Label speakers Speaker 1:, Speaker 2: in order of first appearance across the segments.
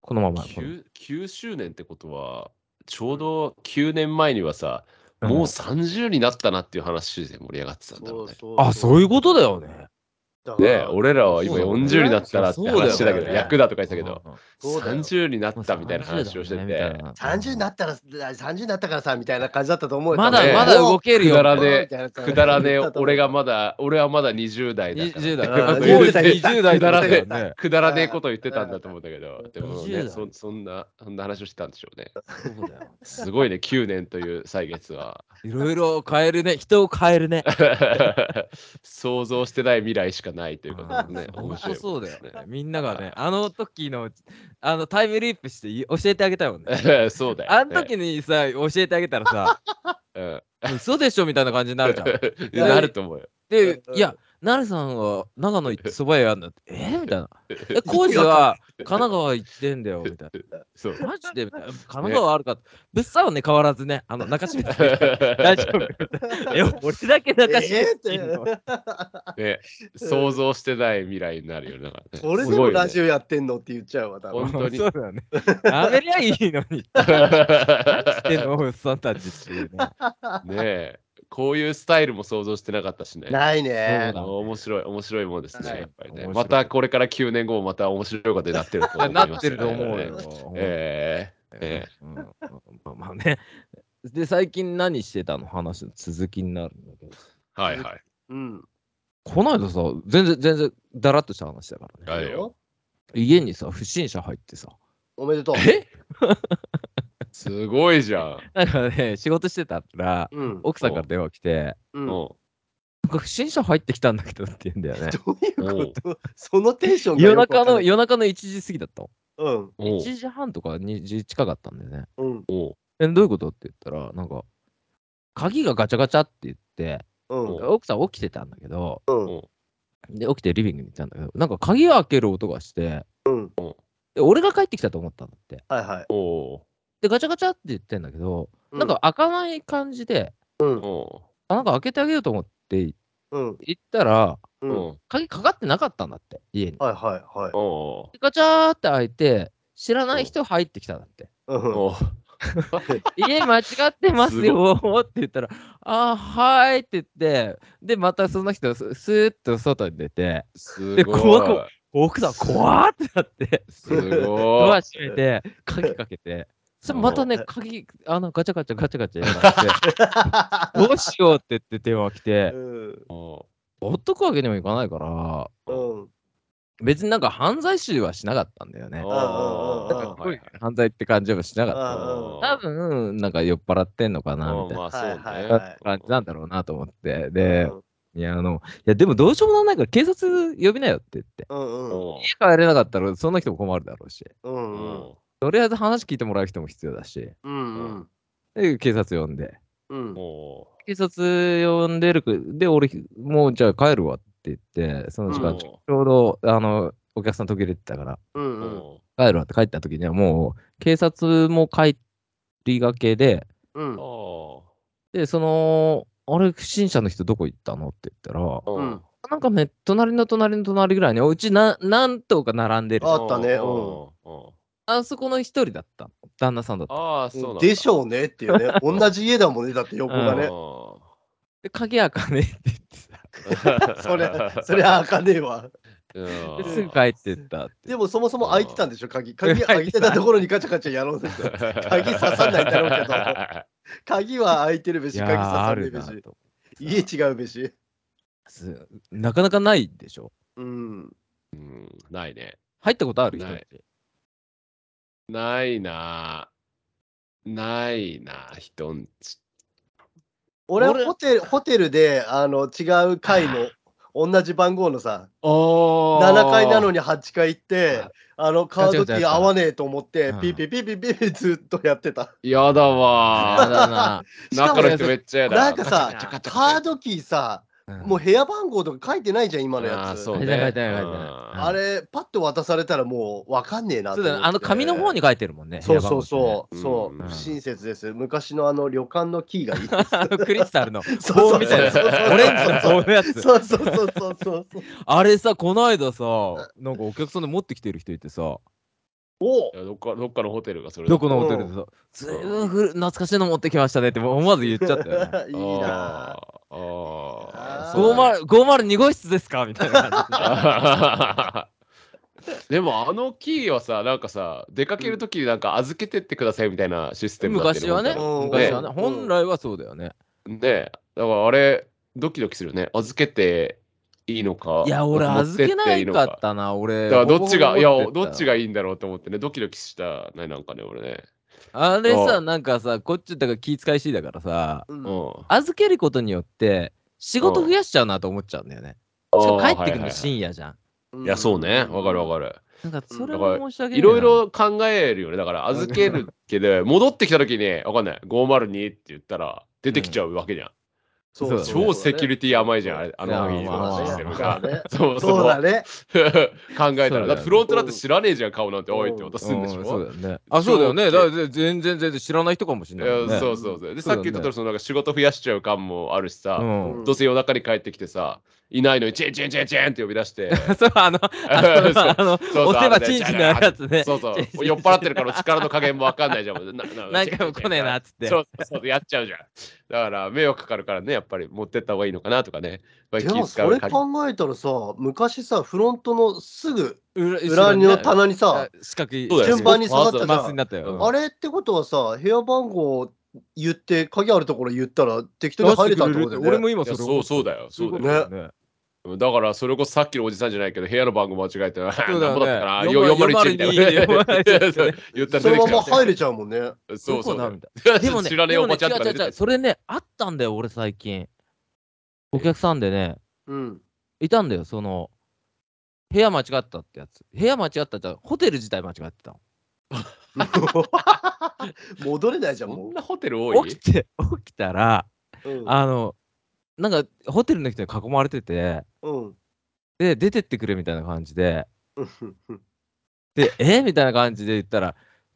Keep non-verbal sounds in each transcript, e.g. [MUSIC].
Speaker 1: このまま、この
Speaker 2: 9, 9周年ってことは、ちょうど9年前にはさ、
Speaker 1: うん
Speaker 2: もう30になったなっていう話で盛り上がってたんだろうね。
Speaker 3: そう
Speaker 1: あ、そういうことだよね。
Speaker 3: だから
Speaker 2: ね俺らは今
Speaker 1: そうだね
Speaker 2: 40になったらって話し
Speaker 1: そ
Speaker 2: てたけ
Speaker 1: うだ
Speaker 2: ど、
Speaker 1: よね
Speaker 2: 役だとか言ってたけど、
Speaker 1: うんうん
Speaker 3: そうだよ
Speaker 2: 30になったみたいな話をして
Speaker 1: 30だよね
Speaker 2: て
Speaker 1: み、たいな
Speaker 3: 30になったら、30になったからさ、みたいな感じだったと思うよ。
Speaker 1: ま
Speaker 2: ね
Speaker 1: だまだ動けるよ。
Speaker 2: くだら
Speaker 1: み
Speaker 2: ねえ
Speaker 3: みたいな感じ
Speaker 2: くだら
Speaker 1: [LAUGHS]
Speaker 2: ねえ俺
Speaker 3: が。
Speaker 2: がまだ、俺はまだ20代だから。 [LAUGHS]
Speaker 1: 20代
Speaker 3: だから
Speaker 1: ゴールした
Speaker 3: 20
Speaker 1: 20代
Speaker 3: 代
Speaker 2: くだらねえ
Speaker 1: だよね
Speaker 2: くだらねえこと言ってたんだと思うんだけど、でも
Speaker 1: 20
Speaker 2: ね、
Speaker 1: 代
Speaker 2: そそんな、そんな話をしてたんでしょうね。
Speaker 1: そうだよ
Speaker 2: すごいね、9年という歳月は。
Speaker 1: いろいろ変えるね。人を変えるね。
Speaker 2: [LAUGHS] 想像してない未来しかないということ
Speaker 1: [LAUGHS]
Speaker 2: でね、
Speaker 1: うん
Speaker 2: 面
Speaker 1: 本当
Speaker 2: 白い
Speaker 1: そうだよ
Speaker 2: ね
Speaker 1: ね。みんながね、あの時の、あのタイムリープしてい教えてあげ
Speaker 2: [LAUGHS]
Speaker 1: たいもんね。
Speaker 2: そうだよ、ね。
Speaker 1: あの時にさ、教えてあげたらさ、
Speaker 2: うん、
Speaker 1: 嘘でしょみたいな感じになるじゃん。
Speaker 2: なると思うよ。
Speaker 1: で
Speaker 3: う、ん
Speaker 1: いや、なるさんは長野行って蕎麦屋やんだって。えみたいな。え、コージは神奈川行ってんだよ、みたい
Speaker 2: そう。
Speaker 1: な。マジでみたいな神奈川あるかって。物産はね、変わらずね、あの、中島
Speaker 2: [LAUGHS]
Speaker 1: さん [LAUGHS] 大丈夫。え、俺だけ中島
Speaker 3: え
Speaker 1: 好きなの [LAUGHS]
Speaker 3: ーって。
Speaker 2: ね、想像してない未来になるよ
Speaker 1: [LAUGHS]
Speaker 2: ね。だからね
Speaker 3: 俺
Speaker 2: す
Speaker 3: でも
Speaker 2: ごいよ
Speaker 3: ラ
Speaker 2: ね
Speaker 3: ジオやってんのって言っちゃうわ、多分
Speaker 2: 本当に
Speaker 1: そうだよね。やめりゃいいのに。何してんのおっさんたちっていうね。
Speaker 2: ねえ、こういうスタイルも想像してなかったしね。
Speaker 3: ない
Speaker 1: そ。う
Speaker 3: ね
Speaker 1: だ
Speaker 2: 面白い、面白いもんですね。
Speaker 3: はい
Speaker 2: やっぱりね
Speaker 1: 面白い
Speaker 2: またこれから9年後もまた面白いことになってると思います、ね。
Speaker 1: [LAUGHS] なってると思うよ。。
Speaker 2: ええええ
Speaker 1: うんまあまあね。で、最近何してたの話の続きになるんだけど。
Speaker 2: はいはい。
Speaker 3: うん。
Speaker 1: この間さ、全然、全然、だらっとした話だからね。
Speaker 2: あれよ。
Speaker 1: 家にさ、不審者入ってさ。
Speaker 3: おめでとう。
Speaker 2: えすごいじゃん。
Speaker 1: なんかね、仕事してたら、
Speaker 3: うん。
Speaker 1: 奥さんから電話来て、
Speaker 3: うんど
Speaker 2: うん
Speaker 1: なんか不審者入ってきたんだけどって言うんだ
Speaker 3: [LAUGHS]
Speaker 1: よね。
Speaker 3: ういうことそのテンションが
Speaker 1: 夜
Speaker 3: よく
Speaker 1: 中
Speaker 3: わかんな
Speaker 1: の、
Speaker 3: い
Speaker 1: 夜中の1時過ぎだったの。
Speaker 3: うん。
Speaker 2: おう
Speaker 1: 1時半とか2時近かったんだよね。
Speaker 3: うん。
Speaker 2: おう
Speaker 1: え、どういうことって言ったら、なんか、鍵がガチャガチャって言って、
Speaker 3: うん。
Speaker 1: 奥さん起きてたんだけど、
Speaker 3: うん。
Speaker 1: で、起きてリビングに行ったんだけど、なんか鍵を開ける音がして、
Speaker 3: うん。
Speaker 1: で俺が帰ってきたと思ったんだって。
Speaker 3: はいはい。
Speaker 2: おう
Speaker 1: で、ガチャガチャって言ってんだけど、
Speaker 3: う
Speaker 1: なんか、開かない感じで、
Speaker 3: うん。
Speaker 2: お
Speaker 1: あなんか開けてあげようと思って
Speaker 3: うん。
Speaker 1: 行ったら、
Speaker 2: う
Speaker 3: う
Speaker 2: お
Speaker 3: ん。
Speaker 2: う
Speaker 1: 鍵かかってなかったんだって、家に。
Speaker 3: はいはいはい。
Speaker 2: お
Speaker 1: でガチャーって開いて、知らない人入ってきたんだって。
Speaker 2: う
Speaker 3: うん
Speaker 2: おう
Speaker 1: 家間違ってますよって言ったら、あー、はーいって言って、で、またその人、ススーッと外に出て、
Speaker 2: す
Speaker 1: で怖
Speaker 2: ごい
Speaker 1: く。奥さん、怖ーってなって、
Speaker 2: すごい。
Speaker 1: ドア閉めて、鍵かけて、それまたね、鍵、あの、ガチャガチャガチャガチャやられて、どうしようって言って電話来て
Speaker 3: う、ん。
Speaker 2: おう
Speaker 1: ほっとくわけにもいかないから、
Speaker 3: [LAUGHS] うん。
Speaker 1: 別になんか犯罪集はしなかったんだよね。
Speaker 2: おう
Speaker 3: うんうんうん
Speaker 2: はいはい
Speaker 1: 犯罪って感じはしなかった。
Speaker 3: うん
Speaker 1: 多分、なんか酔っ払ってんのかな、み
Speaker 2: お
Speaker 1: た
Speaker 2: う
Speaker 1: い
Speaker 2: まあそうね。
Speaker 3: はいはいは
Speaker 1: な感じなんだろうなと思って。で、いや、あの、いや、でもどうしようもなんないから警察呼びなよって言って。
Speaker 3: うんうん。
Speaker 2: おう
Speaker 1: 家帰れなかったら、そんな人も困るだろうし。
Speaker 3: うんうん。
Speaker 2: お
Speaker 1: とりあえず話聞いてもらう人も必要だし。
Speaker 3: うん
Speaker 1: で、警察呼んで。
Speaker 3: うん。
Speaker 2: うお
Speaker 1: 警察呼んでるく、で、俺、もうじゃあ帰るわって言って、その時間、
Speaker 3: うん
Speaker 1: ちょうど、あの、お客さん途切れてたから、
Speaker 3: うん
Speaker 2: う
Speaker 3: うん。
Speaker 2: お
Speaker 1: 帰るわって帰った時には、もう、警察も帰りがけで、
Speaker 3: うん
Speaker 2: う。お
Speaker 1: で、その、あれ、不審者の人どこ行ったのって言ったら、
Speaker 2: う
Speaker 3: うん
Speaker 1: なんかね、隣の隣の隣ぐらいに、うちな何頭か並んでる。あ
Speaker 3: あったねうん
Speaker 2: おうおう
Speaker 1: そこの一人だったの。旦那さんだった。
Speaker 2: ああ、そうなんだ。
Speaker 3: でしょうねっていうね。同じ家だもんね、だって横がね。
Speaker 2: お
Speaker 1: で、鍵開かねえって言ってさ、
Speaker 2: う
Speaker 3: [LAUGHS] それ、それはあかねえわ。
Speaker 2: うん
Speaker 1: ですぐ帰ってったって。
Speaker 3: でもそもそも開いてたんでしょ、鍵。鍵開いてたところにガチャガチャやろうぜって。鍵刺さんないだろうけど鍵は開いてるべし、
Speaker 1: いや
Speaker 3: 鍵刺
Speaker 1: ー
Speaker 3: さ
Speaker 1: あ
Speaker 3: んねえ
Speaker 1: る
Speaker 3: べ
Speaker 1: な
Speaker 3: し。
Speaker 1: と
Speaker 3: 家違うべし。
Speaker 1: すなかなかないでしょ。
Speaker 3: うん。
Speaker 2: うん [LAUGHS] ないね。
Speaker 1: 入ったことある人
Speaker 2: な
Speaker 1: た
Speaker 2: い
Speaker 1: ち。
Speaker 2: ないなぁないなぁ人んち。
Speaker 3: 俺
Speaker 2: 俺
Speaker 3: ホテル、ホテルで、あの、違う階の、同じ番号のさ、
Speaker 2: お
Speaker 3: 7階なのに8階行って
Speaker 2: あ、
Speaker 3: あの、カードキ
Speaker 1: ガチャガチャやっ
Speaker 3: ー
Speaker 1: た
Speaker 3: 合わねえと思って
Speaker 1: うん、
Speaker 3: ピピピピピピずっとやってた。
Speaker 2: に。やだ
Speaker 1: あ
Speaker 2: わ
Speaker 1: だ
Speaker 3: [LAUGHS]
Speaker 1: な。
Speaker 2: ぁ。
Speaker 3: しかも
Speaker 2: 中の人めっちゃやだ。
Speaker 3: なんかさ
Speaker 2: カチャカ、チャカチ
Speaker 3: カ
Speaker 2: ャ
Speaker 3: ードキーさ、
Speaker 1: うん
Speaker 3: もう部屋番号とか書いてないじゃん、今の
Speaker 2: あ
Speaker 3: や
Speaker 2: ー
Speaker 3: つ。
Speaker 2: そう
Speaker 1: 書いて
Speaker 2: ね。
Speaker 1: ない書いてない書いてない
Speaker 2: うん
Speaker 3: あれ、パッと渡されたらもう分かんねえな
Speaker 1: そうだねあの紙の方に書いてるもんね。
Speaker 3: そうそう
Speaker 1: 部屋番号っ
Speaker 3: そう、そうう、
Speaker 2: ん
Speaker 3: 不親切です。昔のあの旅館のキー
Speaker 2: [LAUGHS]
Speaker 3: がいい
Speaker 1: てね
Speaker 3: [LAUGHS]
Speaker 1: あのクリスタルの
Speaker 3: そう
Speaker 1: 棒みたい
Speaker 3: そうそうそう
Speaker 1: な。オレンジの棒のやつ。
Speaker 3: そうそうそうそうそうそう。
Speaker 1: あれさ、この間さ、なんかお客さんで持ってきてる人いてさ、
Speaker 3: お
Speaker 2: いやどっかどっかのホテルがそれだ
Speaker 1: どこのホテルでさ、ずいぶん古懐かしいの持ってきましたねって思わず言っちゃったよね。
Speaker 3: いいなぁ。
Speaker 2: あーあー
Speaker 3: あー
Speaker 2: そうだね
Speaker 1: 50 502号室ですかみたいな感じ
Speaker 2: [LAUGHS] でもあのキーはさなんかさ出かける時になんか預けてってくださいみたいなシステ
Speaker 1: で。
Speaker 2: ムだって
Speaker 1: 昔はね、
Speaker 3: うん
Speaker 1: 昔はね、
Speaker 3: うん
Speaker 1: 本来はそうだよね。
Speaker 2: ねだからあれドキドキするよね預けていいのか
Speaker 1: いや、俺、
Speaker 2: 持って
Speaker 1: 預
Speaker 2: っ
Speaker 1: けな
Speaker 2: てい
Speaker 1: い
Speaker 2: の
Speaker 1: かったな、俺。
Speaker 2: だからどっちがい
Speaker 1: ほ
Speaker 2: や
Speaker 1: ぼほぼ持って
Speaker 2: ど
Speaker 1: った
Speaker 2: っちがいいんだろうと思ってねドキドキしたねなんかね俺ね
Speaker 1: あれ
Speaker 2: う
Speaker 1: さ、なんかさ、こっちだから気遣いしいだからさ、
Speaker 3: う
Speaker 2: うんん
Speaker 1: 預けることによって、仕事増やしちゃうなと思っちゃうんだよね。しかも帰ってくるの
Speaker 2: い
Speaker 1: 深夜じゃん。
Speaker 2: いやそうねわかるわかる
Speaker 1: なんか、それ
Speaker 2: だ
Speaker 1: は
Speaker 2: から
Speaker 1: 申し訳ない。
Speaker 2: いろい。ろ考えるよねだから預けるけど戻ってきた時にわかんない502って言ったら出てきちゃうわけじゃん
Speaker 1: そうそう
Speaker 2: 超セキュリティ甘いじゃん、あれ、あ
Speaker 1: いや
Speaker 2: の、
Speaker 1: まあ
Speaker 2: システム
Speaker 3: まあ
Speaker 2: が
Speaker 3: ね。
Speaker 2: [LAUGHS] そう
Speaker 3: そうだ
Speaker 2: そう。
Speaker 3: ね。
Speaker 2: 考え
Speaker 1: そ
Speaker 2: た
Speaker 1: うだよ
Speaker 2: ら。
Speaker 1: ね
Speaker 2: だってフロントだって知らねえじゃん、顔なんて、おいって渡すんでし
Speaker 1: うんそう
Speaker 2: ょ
Speaker 1: だよね。あ、そうだよね。だ
Speaker 2: 超大
Speaker 1: から全然全然知らない人かもしれ
Speaker 2: い
Speaker 1: ないもんね。
Speaker 2: やそうそ
Speaker 1: そ
Speaker 2: うそう。で、
Speaker 1: うだよね
Speaker 2: さっき言った通り、そのなんか仕事増やしちゃう感もあるし
Speaker 1: う
Speaker 2: さ、
Speaker 1: ん。 [LAUGHS]
Speaker 2: どうせ夜中に帰ってきてさ、いないのに、チェンチェンチェンチェンって呼び出 [LAUGHS] して、
Speaker 1: そう、あの、あ
Speaker 2: [LAUGHS] そうそう
Speaker 1: の、あ
Speaker 2: そ
Speaker 1: の、
Speaker 2: う
Speaker 1: 押せば
Speaker 2: あのね
Speaker 1: チンチンのやつね。
Speaker 2: そうそ
Speaker 1: チェンチェン
Speaker 2: う、酔っ払ってるから力の加減もわかんないじゃん。なな
Speaker 1: 何回も来ねえなっつって。
Speaker 2: そうそうそう、やっちゃうじゃん。だから、迷惑かかるからね、やっぱり持ってった方がいいのかなとかね。やっ
Speaker 3: で
Speaker 2: ぱり [LAUGHS]
Speaker 3: も
Speaker 2: 気遣
Speaker 3: そうれ
Speaker 2: か
Speaker 3: 考えたらさ、昔さ、フロントのすぐ
Speaker 1: 裏
Speaker 3: 裏の棚にさ、
Speaker 1: 四角い
Speaker 2: そうだよ
Speaker 3: 順番に刺さ
Speaker 1: マス
Speaker 3: ったじゃ
Speaker 1: マスに
Speaker 3: ん。
Speaker 1: なったよ。
Speaker 3: あれってことはさ、部屋番号言って、鍵あるところ言ったら適当に入れたってことだよね。
Speaker 1: 俺も今
Speaker 2: いや
Speaker 1: それ
Speaker 2: そうそうだよ、そうだよ。
Speaker 1: よね。
Speaker 2: だからそれこそさっきのおじさんじゃないけど部屋の番号間違えて、
Speaker 1: よね
Speaker 2: 何だった [LAUGHS] かな
Speaker 1: よ
Speaker 2: 401みたいなね [LAUGHS]
Speaker 1: 401
Speaker 2: そう言ったら
Speaker 3: そ
Speaker 2: 出
Speaker 3: の
Speaker 2: て
Speaker 3: ま
Speaker 2: きた
Speaker 3: ま入れちゃうもんね。
Speaker 2: そう
Speaker 1: どこ
Speaker 2: そ
Speaker 1: だみ
Speaker 2: う
Speaker 1: たいで
Speaker 2: で
Speaker 1: も
Speaker 2: も
Speaker 1: ね、
Speaker 2: [LAUGHS] 知らねえ
Speaker 1: でも
Speaker 2: お
Speaker 1: ね
Speaker 2: ばちゃんとか
Speaker 1: 違う
Speaker 2: 出
Speaker 1: 違う違う
Speaker 2: てき
Speaker 1: それね、あったんだよ、俺最近。お客さんでね、
Speaker 3: うん。
Speaker 1: いたんだよ、その、部屋間違ったってやつ。部屋間違ったじゃん、ホテル自体間違ってたの。
Speaker 3: 戻れないじ
Speaker 2: た
Speaker 3: ゃん、
Speaker 2: こ
Speaker 3: も
Speaker 2: んなホテル多い
Speaker 1: 起きて、起きたら、
Speaker 3: う。うん。
Speaker 1: あの、なんか、ホテルの人に囲まれてて、
Speaker 3: うん
Speaker 1: で、出てってくれみたいな感じで、
Speaker 3: うん
Speaker 1: で、えみたいな感じで言ったら、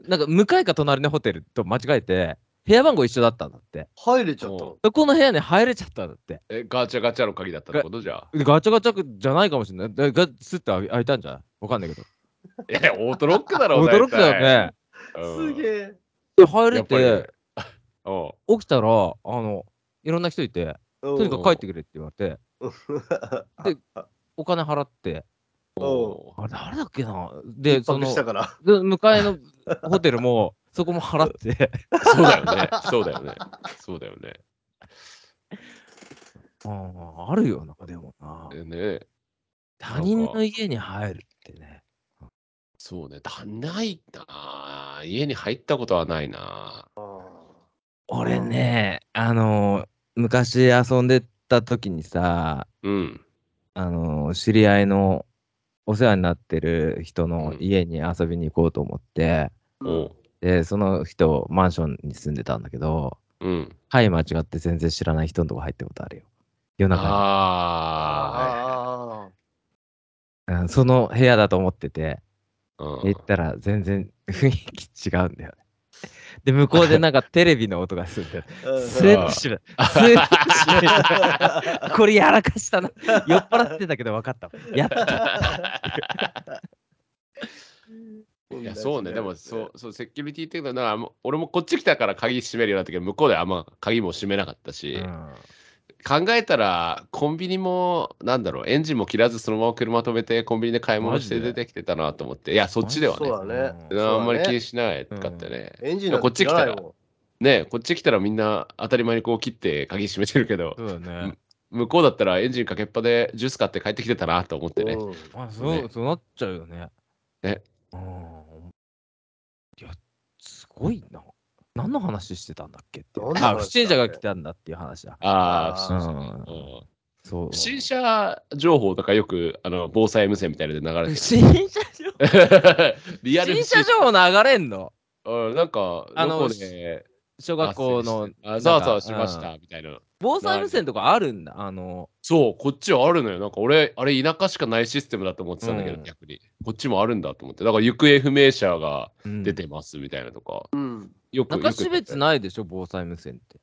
Speaker 1: なんか向かいか隣のホテルと間違えて、部屋番号一緒だったんだって。
Speaker 3: 入れちゃったの。
Speaker 1: そこの部屋に入れちゃったんだって。
Speaker 2: えガチャガチャの鍵だったってことじゃ [LAUGHS] あ
Speaker 1: でガチャガチャじゃないかもしれない。でガスッて開いたんじゃないわかんないけど。
Speaker 2: いやオートロックだろ
Speaker 1: 驚くだよね。
Speaker 3: すげ
Speaker 2: え
Speaker 3: え。
Speaker 1: で、入れ
Speaker 2: やっぱりね
Speaker 1: て、
Speaker 2: お
Speaker 1: 起きたら、あの、いろんな人いて、
Speaker 3: と
Speaker 1: とにかく帰ってくれって言われて、
Speaker 3: で、
Speaker 1: お金払って、
Speaker 3: お
Speaker 1: あれ誰だっけな
Speaker 3: で、
Speaker 1: で、
Speaker 3: そ
Speaker 1: そ
Speaker 3: の
Speaker 1: の、
Speaker 3: したから。
Speaker 1: で向かいのホテルも、そこも払って、
Speaker 2: そうだよねそうだよねそうだよね
Speaker 1: うんあるよな、でもな。
Speaker 2: でね
Speaker 1: 他人の家に入るってね。
Speaker 2: そうねだないな家に入ったことはないな
Speaker 1: 俺ね、あの、昔遊んでた時にさ、
Speaker 2: うん
Speaker 1: あの、知り合いのお世話になってる人の家に遊びに行こうと思って、
Speaker 2: おう
Speaker 1: で、その人、マンションに住んでたんだけど、
Speaker 2: うん
Speaker 1: はい、間違って全然知らない人のとこ入ったことあるよ。夜中
Speaker 2: あ
Speaker 3: あ
Speaker 1: にうん。その部屋だと思ってて、
Speaker 2: あうん
Speaker 1: 行ったら全然 [LAUGHS] 雰囲気違うんだよね。で、向こうでなんかテレビの音がするんだよね。
Speaker 3: あ。
Speaker 1: スーッと閉めた。スーッと閉めた。これやらかしたな。 [LAUGHS] 酔っ払ってたけど分かった。やった。
Speaker 3: [LAUGHS]
Speaker 2: いやそうね、でもそう、そうセキュリティっていうのはなんかもう、俺もこっち来たから鍵閉めるようになったけど、向こうであんま鍵も閉めなかったし、考えたら、コンビニも、なんだろう、エンジンも切らず、そのまま車止めて、コンビニで買い物して
Speaker 1: マジで
Speaker 2: 出てきてたなと思って、いや、そっちではね、
Speaker 3: そうだね
Speaker 1: う
Speaker 2: あんまり気に
Speaker 3: し
Speaker 2: しないかったね。
Speaker 3: エンジンなんて切ないも
Speaker 2: ねこっち来たらみんな当たり前にこう切って鍵閉めてるけど、
Speaker 1: そうだね。
Speaker 2: 向こうだったらエンジンかけっぱでジュース買って帰ってきてたなと思って
Speaker 3: ん
Speaker 2: ね。
Speaker 3: うん
Speaker 1: あ、そう、そうなっちゃうよね。
Speaker 2: ね。
Speaker 1: うん。いや、すごいな。何の話してたんだっけって
Speaker 3: 何の話だっ
Speaker 1: あ、
Speaker 3: け
Speaker 1: 不審者が来たんだっていう話だ。
Speaker 2: ああ、
Speaker 3: う
Speaker 1: うん。
Speaker 2: うん
Speaker 1: そう。
Speaker 2: 不審者情報とかよくあの防災無線みたいなので流れて
Speaker 1: 不
Speaker 2: る
Speaker 1: [LAUGHS] 審者情報
Speaker 2: リア
Speaker 1: 不
Speaker 2: ル
Speaker 1: 審者情報流れんの
Speaker 2: うん、なんか、
Speaker 1: あ
Speaker 2: あ
Speaker 1: の
Speaker 2: の、ね、
Speaker 1: 小学校の
Speaker 2: あ。あざわざわし
Speaker 1: なんか
Speaker 2: ました、みたいな。
Speaker 1: 防災無線とかあるんだ。あの、
Speaker 2: そう、こっちはあるのよ。なんか俺、あれ、田舎しかないシステムだと思ってたんだけど、
Speaker 1: うん
Speaker 2: 逆に。こっちもあるんだと思って。だから、行方不明者が
Speaker 1: うん
Speaker 2: 出てます、みたいなとか。
Speaker 3: うん
Speaker 2: よく、
Speaker 1: 中標津
Speaker 2: な
Speaker 1: ないでしょ、防災無線って。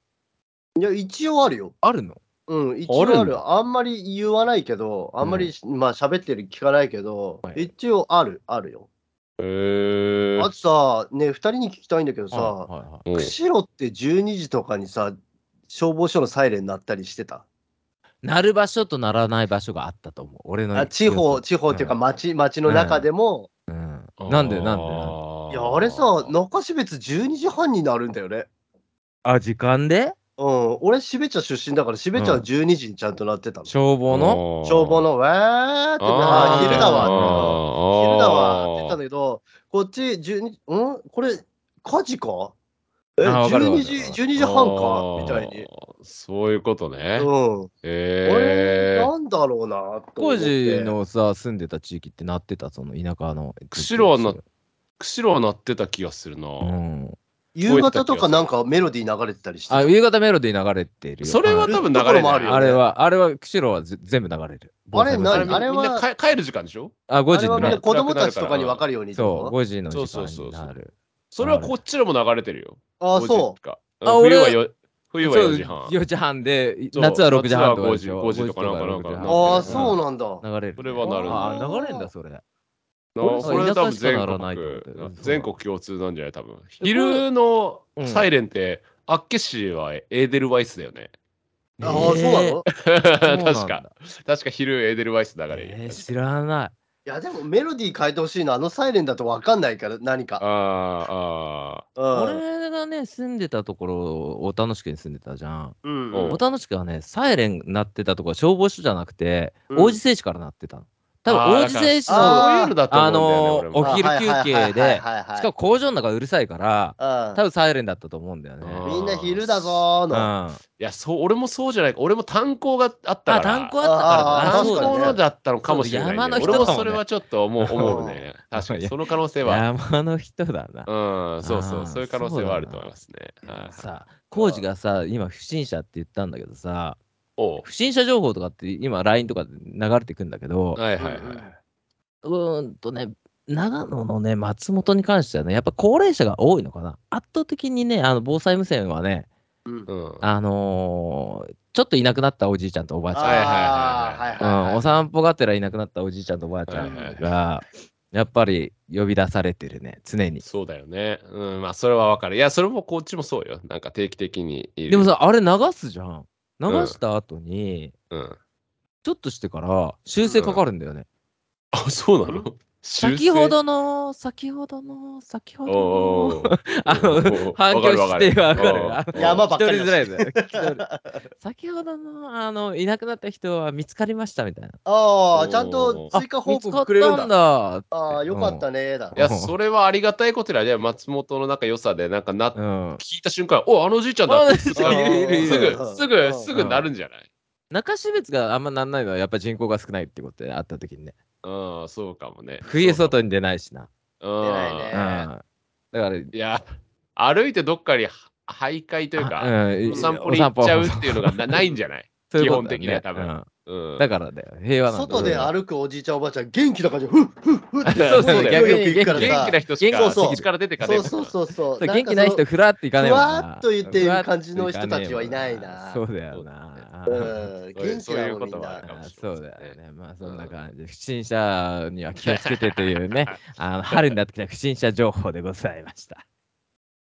Speaker 3: いや、一応あるよ。
Speaker 1: あるの
Speaker 3: うん、一応あ
Speaker 2: あるん
Speaker 3: る。あんまり言わないけど、あんまり、まあ、喋ってる聞かないけど、
Speaker 1: はい
Speaker 3: 一応ある、あるよ。
Speaker 2: へえ
Speaker 3: あとさ、ね、2人に聞きたいんだけどさ、
Speaker 1: はいはいはい
Speaker 2: うん
Speaker 3: 釧路って12時とかにさ、消防署のサイレン鳴ったりしてた。
Speaker 1: なる場所とならない場所があったと思う。俺の
Speaker 3: あ地方、
Speaker 1: 予想
Speaker 3: 地方っていうか
Speaker 1: うん
Speaker 3: 町、町の中でも、
Speaker 1: うんなんでなんでなんで
Speaker 3: いや、あれさ、中標津12時半になるんだよね。
Speaker 1: あ、時間で
Speaker 3: うん、俺、標茶出身だから、標茶は12時にちゃんとなってたの。
Speaker 1: 消防の
Speaker 3: 消防の、わーって、
Speaker 1: あ
Speaker 3: あ
Speaker 1: ー
Speaker 3: ー、昼だわって。昼だわって言ったん
Speaker 2: だ
Speaker 3: だけど、こっち12、んこれ、火事かえ、
Speaker 1: あーわかるわか
Speaker 3: 12
Speaker 1: る
Speaker 3: 時、12時半かみたいに。
Speaker 2: そういうことね。
Speaker 3: うん。俺、
Speaker 2: えー、
Speaker 3: なんだろうなと思
Speaker 1: 工
Speaker 3: って。
Speaker 1: 事のさ、住んでた地域ってなってた、その田舎の。
Speaker 2: 釧路の釧路は鳴ってた気がするな。
Speaker 1: うん。
Speaker 3: 夕方とかなんかメロディー流れてたりして
Speaker 1: あ、夕方メロディー流れてるよ。
Speaker 2: それは
Speaker 1: うん
Speaker 2: 多分流
Speaker 3: ところ
Speaker 2: れ
Speaker 3: もあ
Speaker 2: な
Speaker 3: る
Speaker 2: い
Speaker 3: よね
Speaker 1: あれは、あれは、釧路はぜ全部流れる。
Speaker 3: あれ
Speaker 1: 防災無線
Speaker 3: 何あれは
Speaker 2: みんなか帰る時間でしょ
Speaker 1: あ、5
Speaker 3: あ
Speaker 1: 時
Speaker 3: れは
Speaker 1: に
Speaker 3: みん
Speaker 1: な
Speaker 3: な
Speaker 1: る。
Speaker 3: 子供たちとかに分かるようにってこ
Speaker 1: そう、
Speaker 3: と
Speaker 1: 5時の時
Speaker 2: そうそう
Speaker 1: 間
Speaker 2: そう
Speaker 1: に
Speaker 2: そう
Speaker 1: なる。
Speaker 2: それはこっちでも流れてるよ。
Speaker 3: ああ、
Speaker 2: 5
Speaker 3: そ
Speaker 2: 時か
Speaker 1: あ
Speaker 2: 冬は
Speaker 1: 俺
Speaker 2: よ冬は4時半。
Speaker 1: 4時半で、
Speaker 2: そう
Speaker 1: 夏は6時半とかでし
Speaker 2: 夏は
Speaker 1: ょ。
Speaker 2: 5時とかなんか
Speaker 1: 5時と
Speaker 2: なん
Speaker 3: う。
Speaker 2: か
Speaker 1: 6時半
Speaker 3: あ
Speaker 2: な
Speaker 3: あ、
Speaker 2: んか
Speaker 3: そうなんだ。
Speaker 1: 流れる。
Speaker 2: それはなる
Speaker 1: あ
Speaker 3: な
Speaker 1: ー流れんだ、それ。
Speaker 2: な
Speaker 1: 俺
Speaker 2: これ多分全
Speaker 1: 田舎しかならないと思って
Speaker 2: 国
Speaker 1: うん
Speaker 2: 全国共通なんじゃない多分昼のサイレンって、あっけしはエーデルワイスだよね
Speaker 3: ああ、そうな
Speaker 1: えー
Speaker 2: [LAUGHS]
Speaker 3: の
Speaker 2: 確
Speaker 1: そうなん
Speaker 2: か
Speaker 1: だ
Speaker 2: 確か昼エーデルワイス流れるよ、
Speaker 1: えー知らない。
Speaker 3: いや、でもメロディー変えてほしいの、あのサイレンだと分かんないから、何か。
Speaker 2: あ
Speaker 3: う
Speaker 1: 俺がね、住んでたところ、お楽しくに住んでたじゃん。
Speaker 3: ん。
Speaker 2: うん
Speaker 1: お楽しくはね、サイレン鳴ってたところ、消防署じゃなくて、
Speaker 3: うん
Speaker 1: 王子製紙から鳴ってたの。多
Speaker 2: あ
Speaker 1: 分
Speaker 2: ー
Speaker 1: 王子製紙
Speaker 2: あ
Speaker 3: だから
Speaker 1: の、
Speaker 2: そういうのだと思うんだ
Speaker 1: あのー
Speaker 2: よね、俺も
Speaker 1: お昼休憩で
Speaker 3: はいはいはいはいはいはい
Speaker 1: しかも工場の中うるさいから、
Speaker 3: うん
Speaker 1: 多分サイレンだったと思うんだよね。
Speaker 2: あ
Speaker 3: みんな昼だぞー
Speaker 1: うん。
Speaker 3: の。
Speaker 1: あ、
Speaker 2: いやそう俺もそうじゃない俺も炭鉱があったから
Speaker 1: 炭鉱あったから
Speaker 3: あ
Speaker 1: だな
Speaker 3: ー
Speaker 2: 炭
Speaker 3: 確かに
Speaker 2: 鉱
Speaker 3: ね
Speaker 2: のだったのかもしれない、ね、
Speaker 1: 山の人
Speaker 2: 俺
Speaker 1: かも
Speaker 2: も
Speaker 1: ね
Speaker 2: それはちょっと思う思うね
Speaker 1: [LAUGHS]
Speaker 2: 確かにその可能性は
Speaker 1: 山の人だな。
Speaker 2: うんそうそ
Speaker 1: あー
Speaker 2: うそういう可能性はあると思いますねはいはい
Speaker 1: さあ、工事がさ、今不審者って言ったんだけどさ、
Speaker 2: おう
Speaker 1: 不審者情報とかって今 LINE とかで流れてくんだけど、
Speaker 2: はいはいは
Speaker 3: うん
Speaker 2: い
Speaker 3: うん
Speaker 1: うんうーんとね、長野のね、松本に関してはね、やっぱ高齢者が多いのかな。圧倒的にね、あの防災無線はね、
Speaker 2: うん
Speaker 1: あのーちょっといなくなったおじいちゃんとおばあち
Speaker 2: はいはい
Speaker 1: ゃ
Speaker 3: あー
Speaker 1: ん、うんお散歩がてらいなくなったおじいちゃんとおばあちゃんが、
Speaker 2: はいはい
Speaker 1: やっぱり呼び出されてるね、常に。
Speaker 2: そうだよね。うん、まあそれはわかる。いや、それもこっちもそうよ。なんか定期的にいる。
Speaker 1: でも、さ、あれ流すじゃん。流した後に、
Speaker 2: うん、
Speaker 1: ちょっとしてから修正かかるんだよね。
Speaker 2: あ、そうなの
Speaker 3: うん
Speaker 1: 先ほどの、先ほどの、先ほどの。 [LAUGHS] あ
Speaker 2: お
Speaker 1: の
Speaker 2: ーおー、
Speaker 1: 反響して分かる。
Speaker 2: わ
Speaker 1: あ
Speaker 2: かる
Speaker 1: の
Speaker 3: 山ばっかり
Speaker 1: 一人ず
Speaker 3: だ
Speaker 1: らいだよ。一人先ほどの、あの、いなくなった人は見つかりましたみたいな。
Speaker 3: [LAUGHS] ああ、ちゃんと追加報
Speaker 1: 見つか
Speaker 3: 告
Speaker 1: っ
Speaker 3: くれるん
Speaker 1: たん
Speaker 3: だ。
Speaker 1: だ。
Speaker 3: ああ、よかったねーだ
Speaker 2: い。や、それはありがたいことだね。松本のなんか良さで、なんかな、
Speaker 1: うん。
Speaker 2: 聞いた瞬間、おあのおじいちゃんだってすぐ、
Speaker 1: あいるいるいる
Speaker 2: す
Speaker 1: いる
Speaker 2: ぐ、すぐ、すぐなるんじゃない
Speaker 1: 中標別があんまなんないのは、やっぱ人口が少ないってことであった時にね。
Speaker 2: うん、そうかもね。
Speaker 1: 冬
Speaker 2: そうか
Speaker 1: 外に出ないしな。
Speaker 2: も。
Speaker 3: 出ない
Speaker 1: うん。
Speaker 3: ね
Speaker 1: だから、
Speaker 2: うん。いや、歩いてどっかに徘徊というか、
Speaker 1: あうん
Speaker 2: お散歩に行っちゃうっていうのがなないんじゃない
Speaker 1: そういうことだ
Speaker 2: 基本的には多分
Speaker 1: うん
Speaker 2: うん。
Speaker 1: だからだよ。平和なんだ
Speaker 3: 外で歩くおじいちゃんおばあちゃん、元気な感じで、ふっふっふっって、
Speaker 2: そうだよ
Speaker 3: 勢いよく行くから
Speaker 2: 元気
Speaker 3: さ
Speaker 2: な。人しか
Speaker 3: 元気そう
Speaker 2: 口から出てかねえも
Speaker 3: そうん
Speaker 2: な
Speaker 3: そうそうそう。
Speaker 1: そう元気ない人、ふらっと行かねえもんな
Speaker 3: ふわっと言ってる感じの人たちはいないな
Speaker 1: ふわっと行かねえもんなそう
Speaker 3: う
Speaker 1: だよな。
Speaker 3: ん、元気
Speaker 2: そう
Speaker 3: な
Speaker 2: いう
Speaker 3: の
Speaker 2: こ
Speaker 3: みん
Speaker 2: とはあ
Speaker 3: な
Speaker 2: る。かもしれ
Speaker 1: そ
Speaker 2: ま
Speaker 1: う
Speaker 2: せん
Speaker 1: だ
Speaker 2: ね
Speaker 1: よね。まあそ
Speaker 2: うん
Speaker 1: んな感じで、不審
Speaker 2: [LAUGHS]
Speaker 1: 者には気をつけてというね、あの春になってきた不審者情報でございました。